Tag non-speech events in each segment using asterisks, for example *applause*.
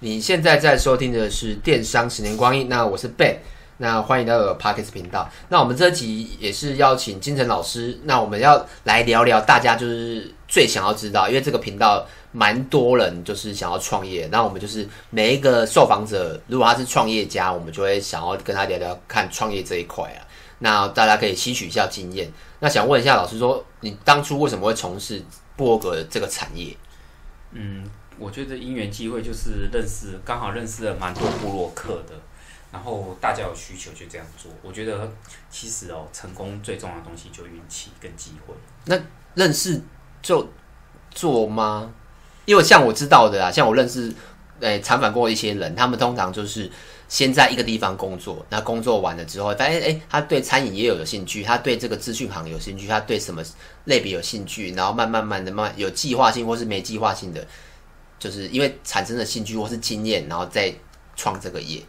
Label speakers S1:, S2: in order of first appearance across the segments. S1: 你现在在收听的是《电商十年光阴》，那我是 Ben，那欢迎到我的 Pockets 频道。那我们这集也是邀请金城老师，那我们要来聊聊大家就是最想要知道，因为这个频道蛮多人就是想要创业，那我们就是每一个受访者，如果他是创业家，我们就会想要跟他聊聊看创业这一块啊。那大家可以吸取一下经验。那想问一下老师说，你当初为什么会从事博格这个产业？
S2: 嗯，我觉得因缘机会就是认识，刚好认识了蛮多部落客的，然后大家有需求就这样做。我觉得其实哦，成功最重要的东西就运气跟机会。
S1: 认识就做吗？因为像我知道的啊，像我认识，诶、采访过一些人，他们通常就是先在一个地方工作，那工作完了之后，发现诶、他对餐饮也有有兴趣，他对这个资讯行有兴趣，他对什么类别有兴趣，然后慢慢慢的慢有计划性或是没计划性的，就是因为产生了兴趣或是经验，然后再创这个业。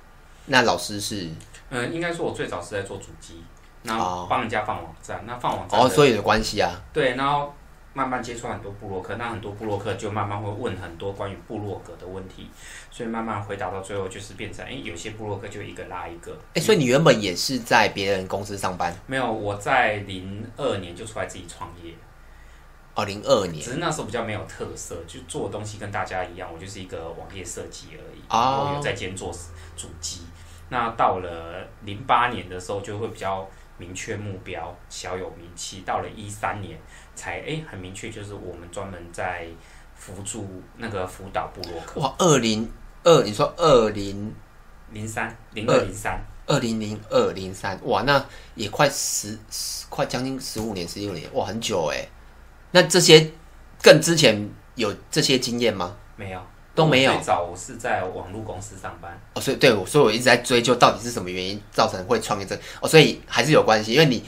S1: 那老师是
S2: 嗯，应该说我最早是在做主机，那
S1: 哦
S2: 帮人家放网站，那放网站
S1: 哦，
S2: 的
S1: 所以有关系啊，
S2: 对，然后慢慢接触很多部落客，那很多部落客就慢慢会问很多关于部落格的问题，所以慢慢回答到最后就是变成，哎，有些部落客就一个拉一个。
S1: 诶、所以你原本也是在别人公司上班，
S2: 没有，我在零二年就出来自己创业，
S1: 哦，零二年。
S2: 只是那时候比较没有特色，就做的东西跟大家一样，我就是一个网页设计而已，
S1: 哦
S2: 然后有在兼做主机。那到了零八年的时候，就会比较明确目标，小有名气。到了一三年才哎、诶很明确，就是我们专门在辅助那个辅导部落客。
S1: 哇，二零二，你说二零
S2: 零三零
S1: 呃
S2: 二零三，
S1: 二零零二零三，哇，那也快十十快将近十五年、十六年，哇，很久哎。那这些更之前有这些经验吗？
S2: 没有
S1: 都没有
S2: 我最早我是在网络公司上班，
S1: 哦，所以对我，所以我一直在追究到底是什么原因造成会创业这哦，所以还是有关系，因为你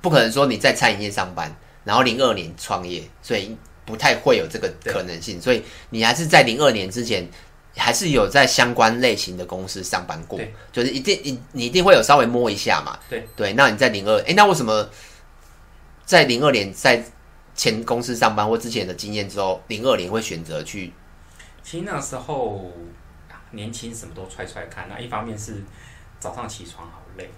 S1: 不可能说你在餐饮业上班，然后零二年创业，所以不太会有这个可能性，所以你还是在零二年之前。还是有在相关类型的公司上班过
S2: 对，
S1: 就是一定你你一定会有稍微摸一下嘛。
S2: 对
S1: 对，那你在零二，哎，那为什么在零二年在前公司上班或之前的经验之后，零二年会选择去
S2: 其实那时候啊年轻，什么都踹踹看。那一方面是早上起床好累，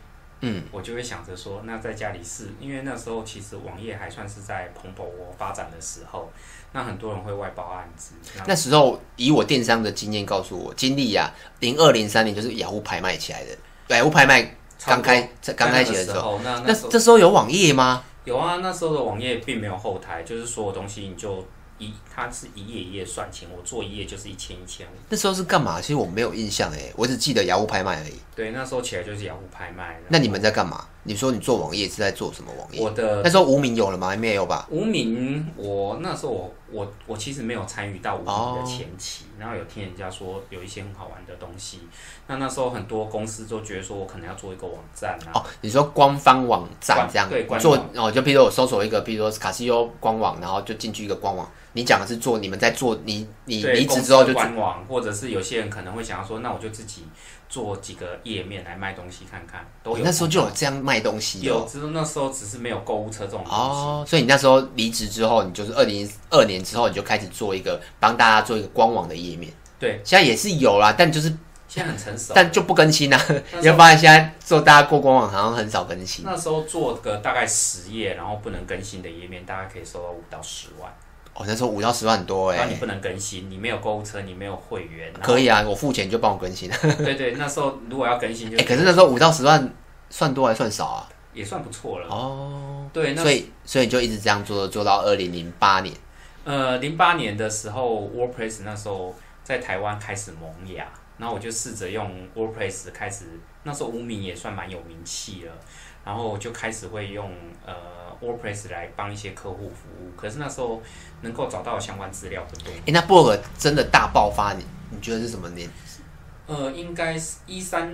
S1: 嗯，
S2: 我就会想着说，那在家里是因为那时候其实网页还算是在蓬勃发展的时候，那很多人会外包案子，那
S1: 那时候以我电商的经验告诉我，经历呀、啊，零二零三年就是雅虎拍卖起来的，雅虎拍卖刚开在刚开
S2: 始
S1: 始的时候，
S2: 候，那
S1: 那
S2: 那时候
S1: 这时候有网页吗？
S2: 有啊，那时候的网页并没有后台，就是所有东西你就一它是一页一页算钱，我做一页就是一千一千五。
S1: 那时候是干嘛？其实我没有印象哎，我只记得雅虎拍卖而已。
S2: 对，那时候起来就是雅虎拍卖。
S1: 那你们在干嘛？你说你做网页是在做什么网页？
S2: 我的
S1: 那时候无名有了吗？还没有吧？
S2: 无名，我那时候我我我其实没有参与到无名的前期，然后有听人家说有一些很好玩的东西。那那时候很多公司都觉得说我可能要做一个网站啊，
S1: 哦，你说官方网站
S2: 官
S1: 这样
S2: 对官网
S1: 做哦，就比如说我搜索一个，比如说卡西欧官网，然后就进去一个官网。你讲的是做你们在做你你
S2: 对
S1: 离
S2: 公
S1: 职
S2: 司
S1: 之后就
S2: 官网，或者是有些人可能会想要说，那我就自己做几个页面来卖东西看看，都
S1: 你
S2: 有。
S1: 那时候就有这样卖东西的哦
S2: 有，只是那时候只是没有购物车这种东西。
S1: 哦，所以你那时候离职之后，你就是二零二年之后，你就开始做一个帮大家做一个官网的页面。
S2: 对，
S1: 现在也是有啦，但就是
S2: 现在很成熟。
S1: 但就不更新啦、啊。 *laughs*
S2: 那
S1: 你
S2: 时
S1: 会
S2: 候
S1: 发现现在做大家过官网好像很少更新。啊
S2: 那时候做个大概十页，然后不能更新的页面，大概可以收到五到十万。
S1: 哦，那时候五到十万很多哎、
S2: 然后你不能更新，你没有购物车，你没有会员。然后
S1: 可以啊，我付钱就帮我更新。哎、
S2: 对对，那时候如果要更
S1: *laughs*
S2: 新就，
S1: 欸可是那时候五到十万算多还算少啊？
S2: 也算不错了。
S1: 哦，
S2: 对，那
S1: 所以所以你就一直这样做，做到二零零八年。
S2: 呃，零八年的时候，WordPress 那时候在台湾开始萌芽，然后我就试着用 WordPress 开始，那时候无名也算蛮有名气了，然后我就开始会用呃 WordPress 来帮一些客户服务。可是那时候能够找到相关资料不多，
S1: 哎、那薄荷真的大爆发，你你觉得是什么年？
S2: 呃，应该是一三，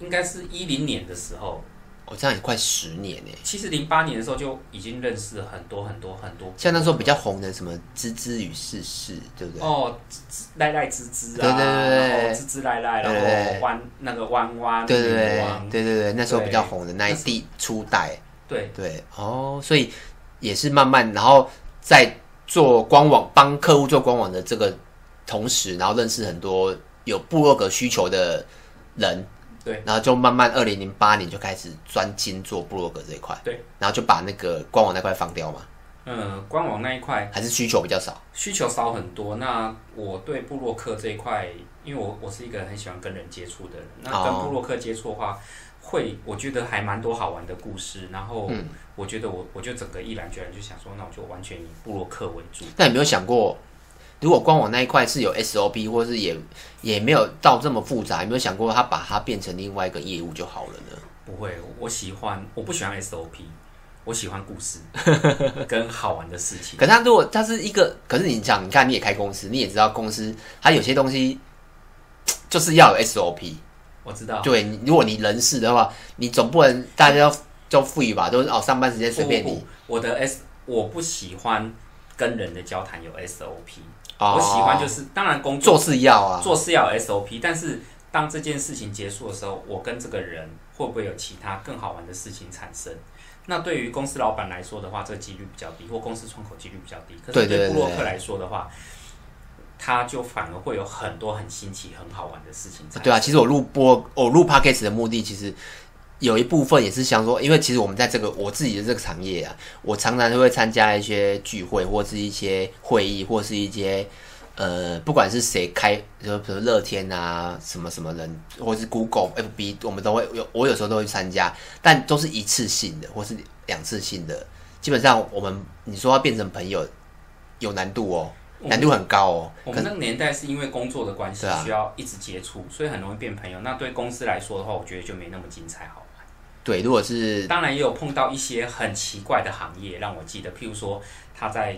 S2: 应该是一零年的时候。
S1: 哦，这样也快十年哎、
S2: 其实零八年的时候就已经认识很多很多很多，
S1: 像那时候比较红的什么《芝芝与世事》，对不对？
S2: 哦，吱吱赖赖吱吱
S1: 对
S2: 啊，
S1: 对对对
S2: 然后吱吱赖赖，
S1: 对对
S2: 然后弯那个弯弯
S1: 对对
S2: 女
S1: 对
S2: 王
S1: 对对对，那时候比较红的那一
S2: 那时
S1: 第初代，
S2: 对
S1: 对哦，所以也是慢慢，然后在做官网帮客户做官网的这个同时，然后认识很多有部落格需求的人，
S2: 对，
S1: 然后就慢慢二零零八年就开始专精做部落格这一块，
S2: 对，
S1: 然后就把那个官网那块放掉嘛，
S2: 嗯，官网那一块
S1: 还是需求比较少，
S2: 需求少很多。那我对布洛克这一块，因为我我是一个很喜欢跟人接触的人，那跟
S1: 哦
S2: 布洛克接触的话，会我觉得还蛮多好玩的故事。然后
S1: 嗯
S2: 我觉得我我就整个毅然决然就想说，那我就完全以布洛克为主。
S1: 但有没有想过？如果官网那一块是有 SOP，或是也也没有到这么复杂，有没有想过他把它变成另外一个业务就好了呢？
S2: 不会，我喜欢我不喜欢 SOP，我喜欢故
S1: *laughs*
S2: 事跟好玩的事情。
S1: 可是他如果他是一个，可是你想，你看你也开公司，你也知道公司它有些东西就是要有 SOP，
S2: 我知道，
S1: 对，你如果你人事的话，你总不能大家都都富裕吧，都是哦上班时间随便
S2: 不不
S1: 你
S2: 不，我的 S 我不喜欢跟人的交谈有 SOP，、
S1: 哦，
S2: 我喜欢就是当然工作
S1: 做事要啊，
S2: 做事要有 SOP，但是当这件事情结束的时候，我跟这个人会不会有其他更好玩的事情产生？那对于公司老板来说的话，这个几率比较低，或公司窗口几率比较低。可
S1: 对
S2: 是
S1: 对
S2: 对
S1: 对
S2: 布洛克
S1: 对
S2: 来说的话，他就反而会有很多很新奇、很好玩的事情产生。
S1: 对啊。其实我录播，我录 podcast 的目的其实。有一部分也是想说，因为其实我们在这个我自己的这个产业啊，我常常会参加一些聚会，或是一些会议，或是一些呃，不管是谁开，就比如乐天啊，什么什么人，或是 Google、FB，我们都会有，我有时候都会参加，但都是一次性的，或是两次性的。基本上我们你说要变成朋友，有难度哦，
S2: 我们
S1: 难度很高哦。
S2: 我们那个年代是因为工作的关系
S1: 对啊，
S2: 需要一直接触，所以很容易变朋友。那对公司来说的话，我觉得就没那么精彩好玩。
S1: 对，如果是
S2: 当然也有碰到一些很奇怪的行业让我记得，譬如说他在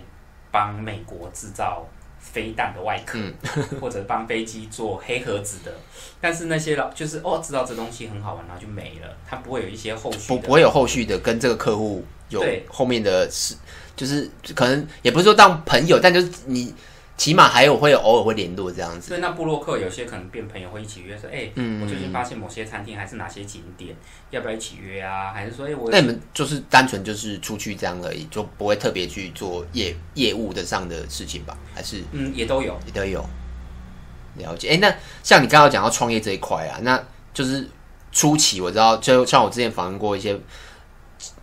S2: 帮美国制造飞弹的外壳，
S1: 嗯
S2: *laughs*
S1: *laughs*
S2: 或者帮飞机做黑盒子的。但是那些老就是哦，知道这东西很好玩，然后就没了，它不会有一些后续
S1: 不
S2: 的。
S1: 不会有后续的跟这个客户有
S2: 对
S1: 后面的事，就是可能也不是说当朋友，但就是你起码还有会有偶尔会联络这样子。
S2: 所以那布洛克有些可能变朋友会一起约说，哎、
S1: 嗯
S2: 我最近发现某些餐厅还是哪些景点，要不要一起约啊？还是说，哎、我
S1: 那你们就是单纯就是出去这样而已，就不会特别去做业业务的上的事情吧？还是
S2: 嗯也都有。
S1: 也都有了解？哎、那像你刚刚讲到创业这一块啊，那就是初期我知道，就像我之前访问过一些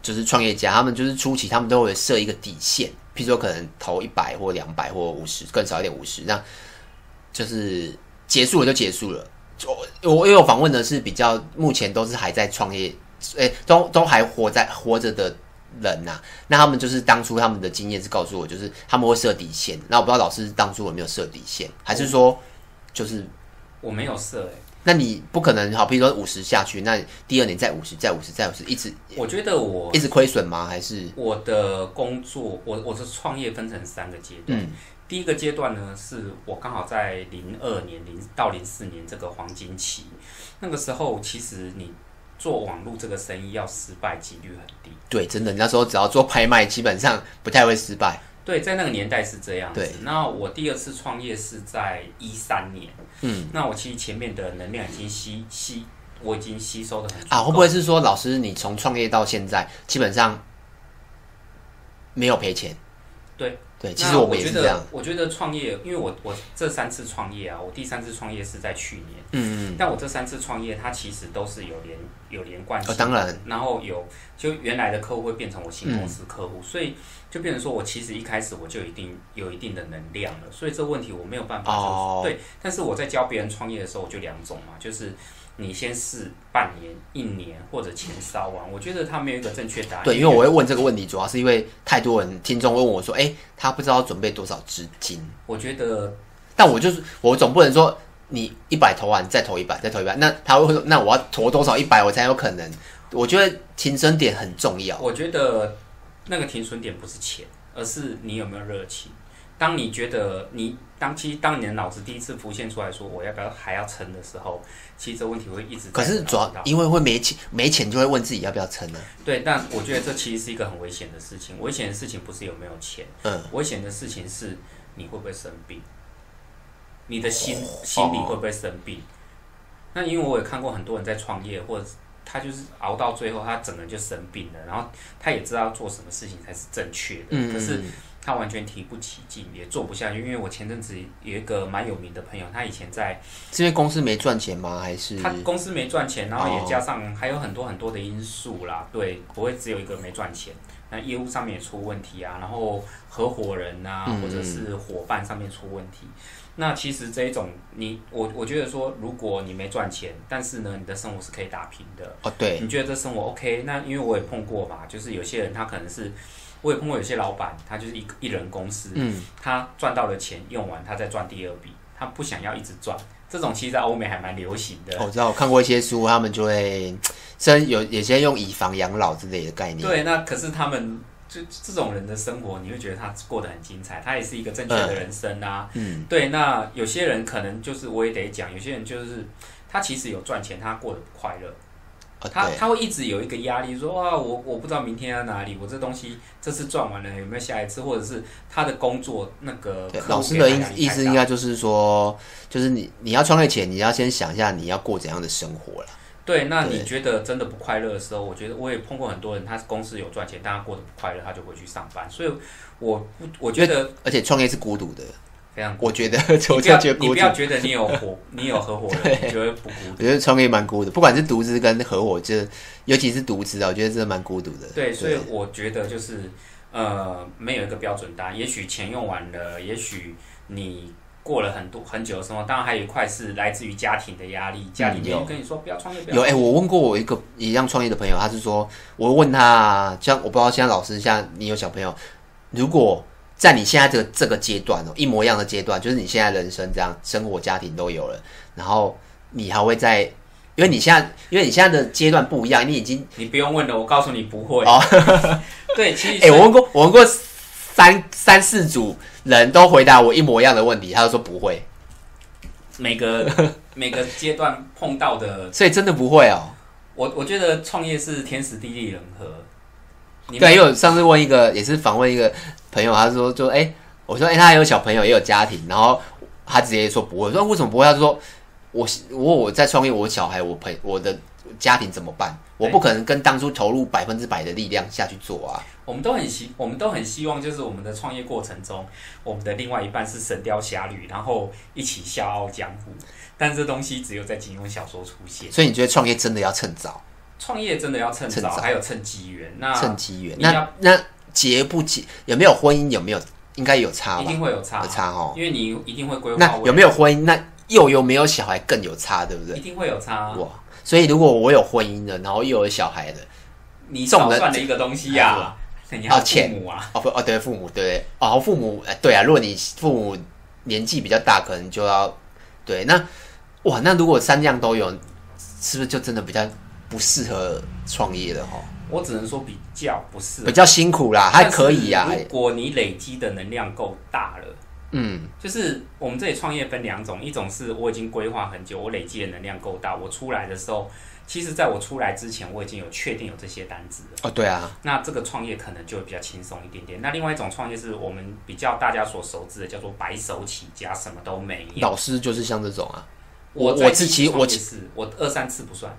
S1: 就是创业家，他们就是初期他们都会设一个底线，譬如说可能投一百或两百或五十，更少一点五十，那就是结束了就结束了。我我因为我访问的是比较目前都是还在创业，哎、都都还活在活着的人啊呐、那他们就是当初他们的经验是告诉我，就是他们会设底线。那我不知道老师当初有没有设底线，还是说就是
S2: 我没有设、哎。
S1: 那你不可能好，譬如说五十下去，那第二年再五十，再五十，再五十，一直
S2: 我觉得我
S1: 一直亏损吗？还是
S2: 我的工作，我我是创业分成三个阶段。
S1: 嗯
S2: 第一个阶段呢，是我刚好在零二年零到零四年这个黄金期，那个时候其实你做网络这个生意要失败几率很低。
S1: 对，真的，你那时候只要做拍卖，基本上不太会失败。
S2: 对，在那个年代是这样子
S1: 对。
S2: 那我第二次创业是在一三年，嗯，那我其实前面的能量已经吸吸，我已经吸收的很足
S1: 啊，
S2: 够
S1: 会不会是说老师你从创业到现在，基本上没有赔钱？
S2: 对
S1: 对，
S2: 那
S1: 其实我
S2: 我
S1: 们也是
S2: 觉得
S1: 这样。
S2: 我觉得创业，因为我我这三次创业啊，我第三次创业是在去年，嗯嗯，但我这三次创业，它其实都是有连有连贯性
S1: 哦，
S2: 的，
S1: 当然，
S2: 然后有就原来的客户会变成我新公
S1: 嗯
S2: 司客户，所以就变成说我其实一开始我就有一定有一定的能量了，所以这问题我没有办法说、
S1: 哦
S2: 对，但是我在教别人创业的时候，我就两种嘛，就是。你先试半年、一年或者钱烧完，我觉得他没有一个正确答案。
S1: 对，因为我会问这个问题，主要是因为太多人听众会问我说，哎、他不知道准备多少资金，
S2: 我觉得
S1: 但我就是我总不能说你一百投完再投一百再投一百，那他会说那我要投多少一百我才有可能？我觉得停损点很重要。
S2: 我觉得那个停损点不是钱，而是你有没有热情。当你觉得你当其实当你的脑子第一次浮现出来说我要不要还要撑的时候，其实这问题会一直在
S1: 可是主
S2: 脑
S1: 要
S2: 子绕
S1: 因为会没钱，没钱就会问自己要不要撑呢、啊
S2: 对，但我觉得这其实是一个很危险的事情。危险的事情不是有没有钱，
S1: 嗯，
S2: 危险的事情是你会不会生病，你的心
S1: 哦
S2: 心理会不会生病。那因为我也看过很多人在创业，或者是他就是熬到最后，他整个人就生病了，然后他也知道做什么事情才是正确的，
S1: 嗯，
S2: 可是他完全提不起劲，也做不下去。因为我前阵子有一个蛮有名的朋友，他以前在
S1: 是因为公司没赚钱吗？还是
S2: 他公司没赚钱，然后
S1: 哦
S2: 也加上还有很多很多的因素啦，对，不会只有一个没赚钱。那业务上面也出问题啊，然后合伙人啊，
S1: 嗯
S2: 或者是伙伴上面出问题。那其实这一种，你我我觉得说，如果你没赚钱，但是呢，你的生活是可以打平的。
S1: 哦对，
S2: 你觉得这生活 OK？那因为我也碰过嘛，就是有些人他可能是，我也碰过有些老板，他就是一一人公司，
S1: 嗯，
S2: 他赚到的钱用完，他再赚第二笔，他不想要一直赚。这种其实在欧美还蛮流行
S1: *laughs*
S2: 的。
S1: 哦我知道，我看过一些书，他们就会甚至有有些用以房养老之类的概念，
S2: 对，那可是他们就这种人的生活，你会觉得他过得很精彩，他也是一个正确的人生啊。
S1: 嗯，
S2: 对，那有些人可能就是我也得讲，有些人就是他其实有赚钱，他过得不快乐。
S1: 哦
S2: 他
S1: 对，
S2: 他会一直有一个压力，说啊，我我不知道明天要哪里，我这东西这次赚完了有没有下一次，或者是他的工作那个
S1: 对
S2: 客户
S1: 老师
S2: 给他
S1: 的意
S2: 压力
S1: 意
S2: 太
S1: 思
S2: 大
S1: 应该就是说，就是你你要创业前，你要先想一下你要过怎样的生活了。
S2: 对。那
S1: 对
S2: 你觉得真的不快乐的时候，我觉得我也碰过很多人，他公司有赚钱，但他过得不快乐，他就回去上班。所以我不我觉得
S1: 而且创业是孤独的，
S2: 非常。
S1: 我觉得 *laughs*
S2: 你
S1: 我
S2: 不
S1: 就
S2: 要
S1: 觉得
S2: 你
S1: 孤
S2: 不
S1: 独。
S2: 要觉得你
S1: *laughs*
S2: 有伙你有合伙人，你觉得不孤
S1: 我觉得创业蛮孤独，不管是独资跟合伙，就是尤其是独资啊，我觉得真的蛮孤独的。
S2: 对，所以我觉得就是呃，没有一个标准答案。也许钱用完了，也许你过了很多很久的生活，当然还有一块是来自于家庭的压力，家里
S1: 嗯
S2: 面
S1: 有
S2: 就跟你说不要创业，不要
S1: 有哎、我问过我一个一样创业的朋友，他是说，我问他，像我不知道现在老师，像你有小朋友，如果在你现在这个这个阶段哦，一模一样的阶段，就是你现在人生这样，生活、家庭都有了，然后你还会在，因为你现在，因为你现在的阶段不一样，你已经，
S2: 你不用问了，我告诉你不会。
S1: 哦
S2: *laughs*
S1: *laughs*
S2: 对，其
S1: 哎、
S2: 实、
S1: 我问过，我问过三三四组人都回答我一模一样的问题，他就说不会，
S2: 每个每个阶段碰到的，
S1: 所以真的不会哦。
S2: 我我觉得创业是天时地利人和。你
S1: 对，
S2: 没
S1: 因
S2: 有
S1: 为我上次问一个，也是访问一个朋友，他说就哎、我说哎、他有小朋友，也有家庭，然后他直接说不会，我说为什么不会？他就说我我我在创业，我小孩，我朋我的家庭怎么办？我不可能跟当初投入百分之百的力量下去做啊。
S2: 我们都很希，我们都很希望，就是我们的创业过程中，我们的另外一半是《神雕侠侣》，然后一起笑傲江湖。但这东西只有在金庸小说出现。
S1: 所以你觉得创业真的要趁早，
S2: 创业真的要趁
S1: 趁
S2: 早，
S1: 早
S2: 还有趁机缘。那
S1: 趁机缘？
S2: 啊你
S1: 那
S2: 要
S1: 那结不结有没有婚姻？有没有应该有差
S2: 一
S1: 吧？
S2: 定会有差
S1: 有，差哦。
S2: 因为你一定会规划
S1: 啊那
S2: 未来。
S1: 有没有婚姻？那又有没有小孩更有差，对不对
S2: 一？定会有差。
S1: 哇！所以如果我有婚姻的，然后又有小孩的。
S2: 你
S1: 这种
S2: 少
S1: 人
S2: 赚了一个东西呀、
S1: *laughs* 啊
S2: 你还
S1: 啊
S2: 有父
S1: 钱
S2: 母啊，
S1: 哦不哦，对父母对对哦父母哎对啊，如果你父母年纪比较大，可能就要对那哇那如果三样都有，是不是就真的比较不适合创业了哈？
S2: 我只能说比较不是啊
S1: 比，较辛苦啦，还可以呀、
S2: 但是如果你累积的能量够大了。
S1: 嗯
S2: 就是我们这里创业分两种，一种是我已经规划很久，我累积的能量够大，我出来的时候，其实在我出来之前，我已经有确定有这些单子了，
S1: 哦对啊，
S2: 那这个创业可能就会比较轻松一点点。那另外一种创业是我们比较大家所熟知的，叫做白手起家，什么都没有。
S1: 老师就是像这种啊，我
S2: 我
S1: 我自己我
S2: 其实我二三次不算，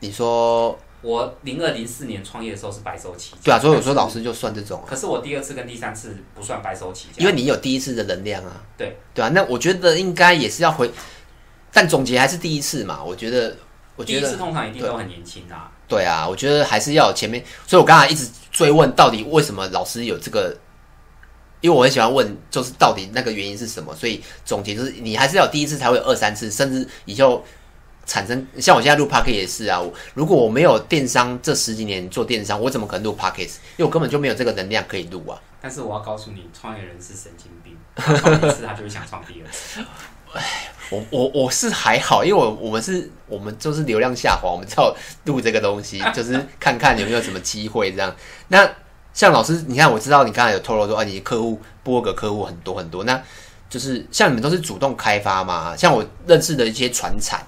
S1: 你说
S2: 我零二零四年创业的时候是白手起家，
S1: 对啊，所以我说老师就算这种啊，
S2: 可是我第二次跟第三次不算白手起家，
S1: 因为你有第一次的能量啊，
S2: 对
S1: 对啊，那我觉得应该也是要回，但总结还是第一次嘛，我觉得我
S2: 第
S1: 觉
S2: 一
S1: 得
S2: 次通常一定都很年轻啊。
S1: 对啊，我觉得还是要有前面，所以我刚才一直追问到底为什么老师有这个，因为我很喜欢问，就是到底那个原因是什么。所以总结就是，你还是要有第一次才会有二三次，甚至以后产生像我现在录 p o d c a s t 也是啊。我如果我没有电商这十几年做电商，我怎么可能录 p o d c a s t 因为我根本就没有这个能量可以录啊。
S2: 但是我要告诉你，创业人是神经
S1: *laughs*
S2: 病，他创一次他就会想创第二次。
S1: 我我我是还好，因为我我们是我们就是流量下滑，我们只好录这个东西，就是看看有没有什么机会这样。那像老师，你看我知道你刚才有透露说，啊，你客户播个客户很多很多，那就是像你们都是主动开发嘛？像我认识的一些船产，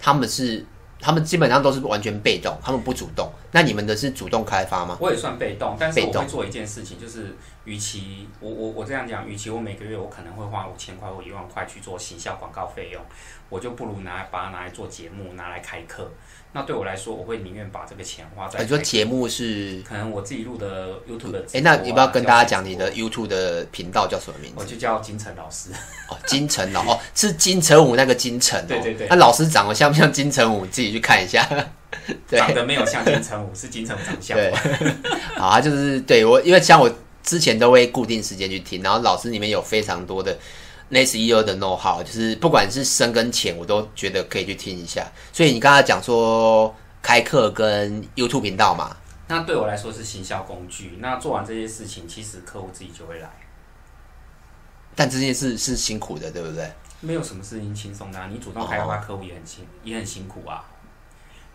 S1: 他们是他们基本上都是完全被动，他们不主动，那你们的是主动开发吗？
S2: 我也算被动，但是
S1: 被
S2: 我
S1: 动
S2: 会做一件事情，就是与其我我我这样讲，与其我每个月我可能会花五千块或一万块去做行销广告费用，我就不如拿把它拿来做节目，拿来开课。那对我来说，我会宁愿把这个钱花在
S1: 哎你说
S2: 开课
S1: 节目是？
S2: 可能我自己录的 YouTube 的、
S1: 哎，那你要不要跟大家讲你的？YouTube 的频道叫什么名字？
S2: 我就叫金城老师，
S1: 哦，金城老哦，是金城武那个金城哦。
S2: 对对对
S1: 那老师长得像不像金城武？自己去看一下。 *laughs* *laughs* 对，
S2: 长得没有像金城武，是金城武长相。
S1: *laughs* 对，好，他就是对我，因为像我之前都会固定时间去听，然后老师里面有非常多的类似 EO 的 know how，就是不管是深跟浅，我都觉得可以去听一下。所以你刚才讲说开课跟 YouTube 频道嘛，
S2: 那对我来说是行销工具。那做完这些事情，其实客户自己就会来，
S1: 但这件事是辛苦的，对不对？
S2: 没有什么事情轻松的、啊。你主动
S1: 哦
S2: 开发客户也很辛，也很辛苦啊。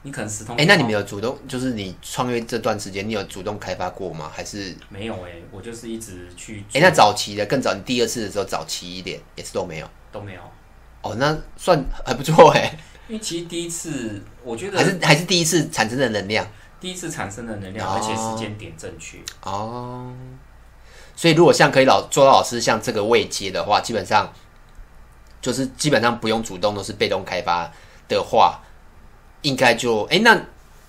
S2: 你可能十通
S1: 哎，那你们有主动，就是你创业这段时间，你有主动开发过吗？还是
S2: 没有哎、我就是一直去做
S1: 哎，那早期的更早，你第二次的时候早期一点也是都没有。
S2: 都没有，
S1: 哦，那算还不错哎，
S2: 因为其实第一次我觉
S1: 还
S2: 得
S1: 是还是第一次产生的能量。
S2: 第一次产生的能量，
S1: 哦
S2: 而且时间点正确。
S1: 哦，所以如果像可以老做到老师像这个位阶的话，基本上就是基本上不用主动，都是被动开发的话，应该就哎、那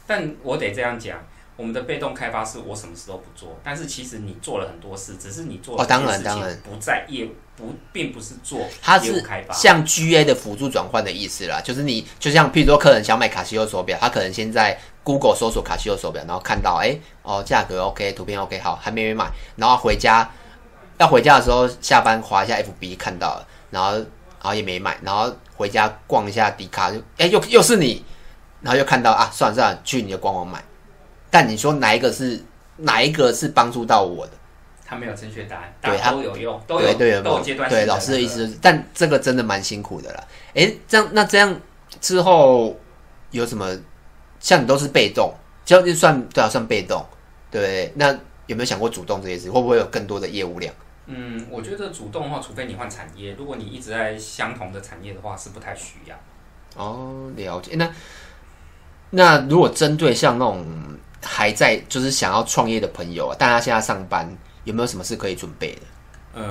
S2: 但我得这样讲，我们的被动开发是我什么事都不做，但是其实你做了很多事，只是你做了
S1: 哦当然
S2: 这件事
S1: 当
S2: 情
S1: 然
S2: 不在业务不并不是做
S1: 它
S2: 业务
S1: 是
S2: 开发，
S1: 像 GA 的辅助转换的意思啦，就是你就像譬如说客人想买卡西欧手表，他可能先在 Google 搜索卡西欧手表，然后看到哎、哦价格 OK，图片 OK，好还没买，然后回家要回家的时候下班滑一下 FB 看到了，然后然后也没买，然后回家逛一下迪卡，就哎、又又是你，然后又看到啊算了算了，去你的官网买，但你说哪一个是哪一个是帮助到我的？
S2: 它没有正确答案，
S1: 对
S2: 大
S1: 它
S2: 家都有用，都
S1: 对
S2: 有
S1: 对
S2: 都有阶段性
S1: 对老师的意思，就是，但这个真的蛮辛苦的啦。诶，这样那这样之后有什么？像你都是被动，就就算对啊，算被动，对不对？那有没有想过主动这件事？会不会有更多的业务量？
S2: 嗯，我觉得主动的话，除非你换产业，如果你一直在相同的产业的话，是不太需要。
S1: 哦，了解。那那如果针对像那种还在就是想要创业的朋友啊，但他现在上班，有没有什么事可以准备的？
S2: 呃，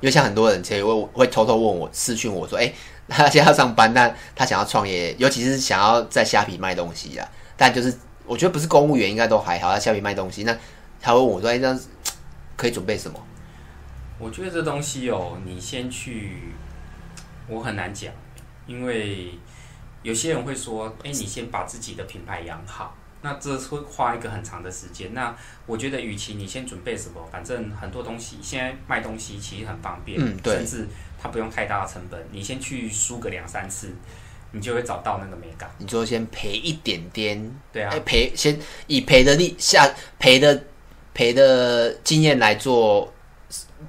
S1: 因为像很多人其实会会偷偷问我私讯我说，哎、 *laughs* 他现在要上班，但他想要创业，尤其是想要在虾皮卖东西啊。但就是我觉得不是公务员应该都还好，在虾皮卖东西，那他会问我说，哎、那可以准备什么？
S2: 我觉得这东西哦，你先去，我很难讲，因为有些人会说，哎，你先把自己的品牌养好，那这会花一个很长的时间。那我觉得，与其你先准备什么，反正很多东西现在卖东西其实很方便，
S1: 嗯对
S2: 甚至它不用太大的成本，你先去输个两三次，你就会找到那个美感。
S1: 你就先赔一点点，
S2: 对啊
S1: 哎，赔先以赔的力下赔的赔的经验来做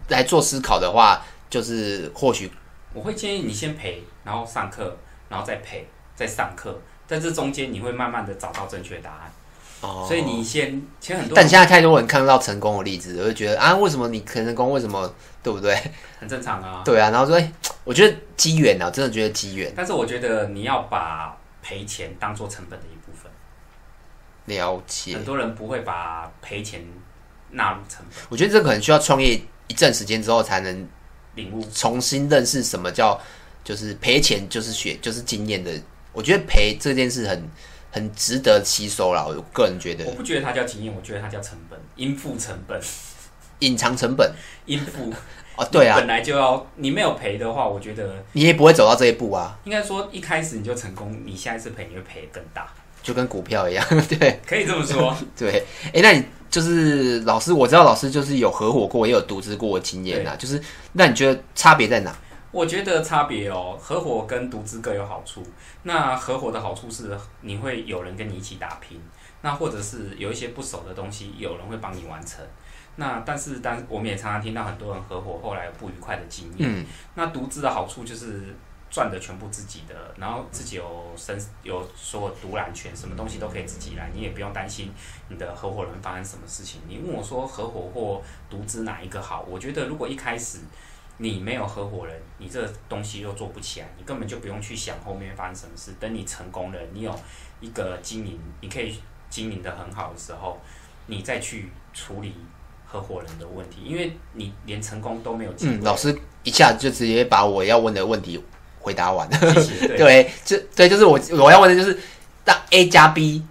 S1: 来做思考的话，就是或许
S2: 我会建议你先陪，然后上课，然后再陪，再上课，在这中间你会慢慢的找到正确答案。
S1: 哦
S2: 所以你先，其实很多
S1: 但现在太多人看到成功的例子，我就觉得啊，为什么你成功？为什么对不对？
S2: 很正常啊。
S1: 对啊，然后说，哎、我觉得机缘啊，我真的觉得机缘。
S2: 但是我觉得你要把赔钱当做成本的一部分，
S1: 了解
S2: 很，多人不会把赔钱纳入成本
S1: 我觉得这可能需要创业一阵时间之后，才能
S2: 领悟。
S1: 重新认识什么叫就是赔钱就是学就是经验的。我觉得赔这件事很很值得吸收啦，我个人觉得
S2: 我不觉得它叫经验，我觉得它叫成本，应付成本，
S1: 隐藏成本
S2: 应付。
S1: 哦， *laughs* 对啊，
S2: 本来就要你没有赔的话，我觉得
S1: 你也不会走到这一步啊，
S2: 应该说一开始你就成功，你下一次赔你会赔得更大，
S1: 就跟股票一样， *laughs* 对
S2: 可以这么说。
S1: 对。哎、那你就是老师，我知道老师就是有合伙过，也有独资过的经验啊，就是那你觉得差别在哪？
S2: 我觉得差别哦，合伙跟独资各有好处。那合伙的好处是，你会有人跟你一起打拼，那或者是有一些不熟的东西，有人会帮你完成。那但是，但我们也常常听到很多人合伙后来有不愉快的经验。
S1: 嗯，
S2: 那独资的好处就是赚的全部自己的，然后自己有生有所有独揽权，什么东西都可以自己来，你也不用担心你的合伙人发生什么事情。你问我说合伙或独资哪一个好？我觉得如果一开始你没有合伙人，你这东西又做不起来，你根本就不用去想后面发生什么事。等你成功了，你有一个经营，你可以经营的很好的时候，你再去处理合伙人的问题，因为你连成功都没有机会。
S1: 嗯，老师一下就直接把我要问的问题回答完。
S2: 其实
S1: *laughs*
S2: 对，
S1: 对，就对，就是我我要问的就是，当 A 加 B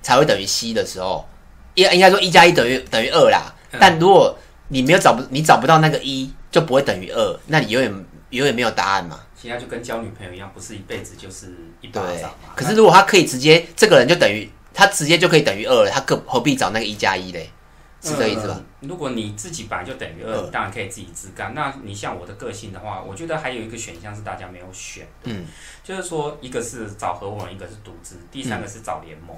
S1: 才会等于 C 的时候，应应该说一加一等于等于二啦。
S2: 嗯
S1: 但如果你没有找不你找不到那个一，就不会等于二，那你永远永远没有答案嘛。
S2: 其他就跟交女朋友一样，不是一辈子就是一
S1: 对
S2: 巴掌嘛。，
S1: 可是如果他可以直接，这个人就等于他直接就可以等于二了，他更何必找那个一加一嘞？是这个意思吧？
S2: 嗯如果你自己本来就等于二、
S1: 嗯
S2: 你当然可以自己自干。那你像我的个性的话，我觉得还有一个选项是大家没有选，
S1: 嗯，
S2: 就是说一个是找合伙人，一个是独资，第
S1: 嗯
S2: 三个是找联盟。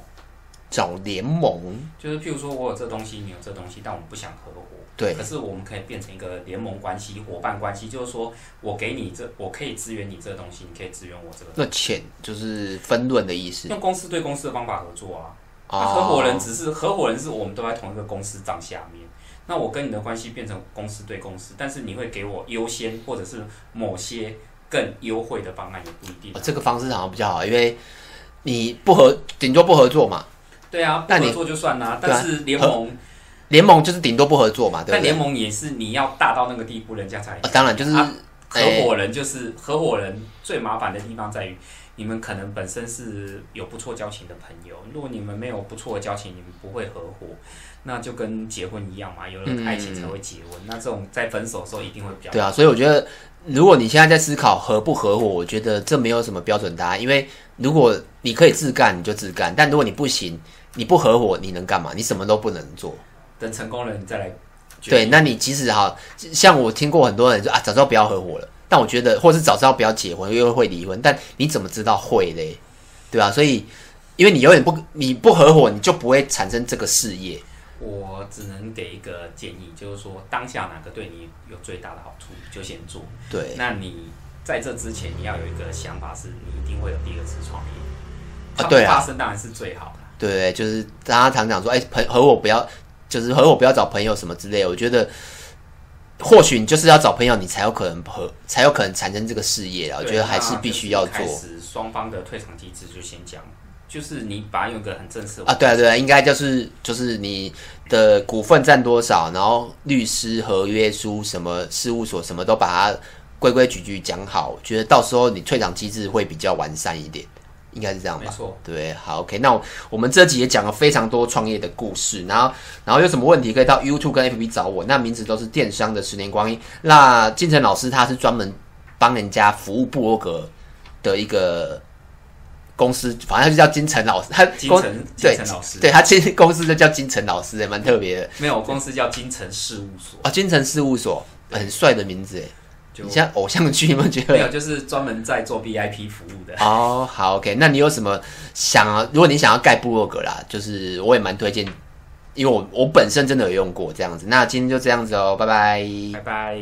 S1: 找联盟，
S2: 就是譬如说我有这东西，你有这东西，但我们不想合伙。
S1: 对
S2: 可是我们可以变成一个联盟关系、伙伴关系，就是说我给你这，我可以支援你这东西，你可以支援我这个。
S1: 那钱就是分论的意思。
S2: 用公司对公司的方法合作啊。
S1: 哦
S2: 那合伙人只是合伙人是我们都在同一个公司帐下面，那我跟你的关系变成公司对公司，但是你会给我优先或者是某些更优惠的方案也不一定啊、
S1: 哦这个方式好像比较好，因为你不合，顶多不合作嘛，
S2: 对啊，不
S1: 那你
S2: 合作就算
S1: *laughs*
S2: 啦、
S1: 对啊
S2: 但是联盟，
S1: 联盟就是顶多不合作嘛，对
S2: 但
S1: 不对
S2: 联？盟也是你要大到那个地步，人家才
S1: 哦、当然就是、
S2: 啊合
S1: 哎
S2: 伙人就是合伙人最麻烦的地方在于，你们可能本身是有不错交情的朋友，如果你们没有不错的交情，你们不会合伙，那就跟结婚一样嘛，有了爱情才会结婚。那这种在分手的时候一定会比较
S1: 对啊，所以我觉得，如果你现在在思考合不合伙，我觉得这没有什么标准答案，因为如果你可以自干，你就自干；但如果你不行，你不合伙，你能干嘛？你什么都不能做。
S2: 等成功了你再来决
S1: 对，
S2: 定。
S1: 那你即使哈，像我听过很多人说啊，早知道不要合伙了，但我觉得，或是早知道不要结婚，因为会离婚，但你怎么知道会嘞？对啊吧、所以，因为你永远不你不合伙，你就不会产生这个事业。
S2: 我只能给一个建议，就是说当下哪个对你有最大的好处就先做。
S1: 对，
S2: 那你在这之前你要有一个想法，是你一定会有第二次创业。
S1: 啊
S2: 它不
S1: 对啊
S2: 发生当然是最好的。
S1: 对，就是大家常讲说，哎、朋合伙不要，就是合伙不要找朋友什么之类的。我觉得，或许你就是要找朋友，你才有可能合，才有可能产生这个事业啊啦。我
S2: 对
S1: 觉得还是必须要做
S2: 那就是一开始双方的退场机制就先讲，就是你把它用一个很正式的
S1: 啊。对啊，对啊，应该就是就是你的股份占多少，然后律师、合约书、什么事务所什么都把它规规矩矩讲好。我觉得到时候你退场机制会比较完善一点，应该是这样吧
S2: 没。错，
S1: 对，好，OK，那我我们这集也讲了非常多创业的故事，然后然后有什么问题可以到 YouTube 跟 FB 找我，那名字都是电商的十年光阴。那金城老师他是专门帮人家服务部落格的一个公司，反正他就叫金城老师，他
S2: 金
S1: 公
S2: 城
S1: 对
S2: 金城老师
S1: 对他金公司就叫金城老师，也蛮特别的
S2: 没有公司叫金城事务所，
S1: 哦，金城事务所很帅的名字，哎，
S2: 就
S1: 你像偶像剧有没有觉
S2: 没
S1: 得？
S2: 有就是专门在做 VIP 服务的。
S1: 哦，好，OK，那你有什么想要？如果你想要盖部落格啦，就是我也蛮推荐，因为我我本身真的有用过这样子。那今天就这样子哦，拜拜
S2: 拜拜。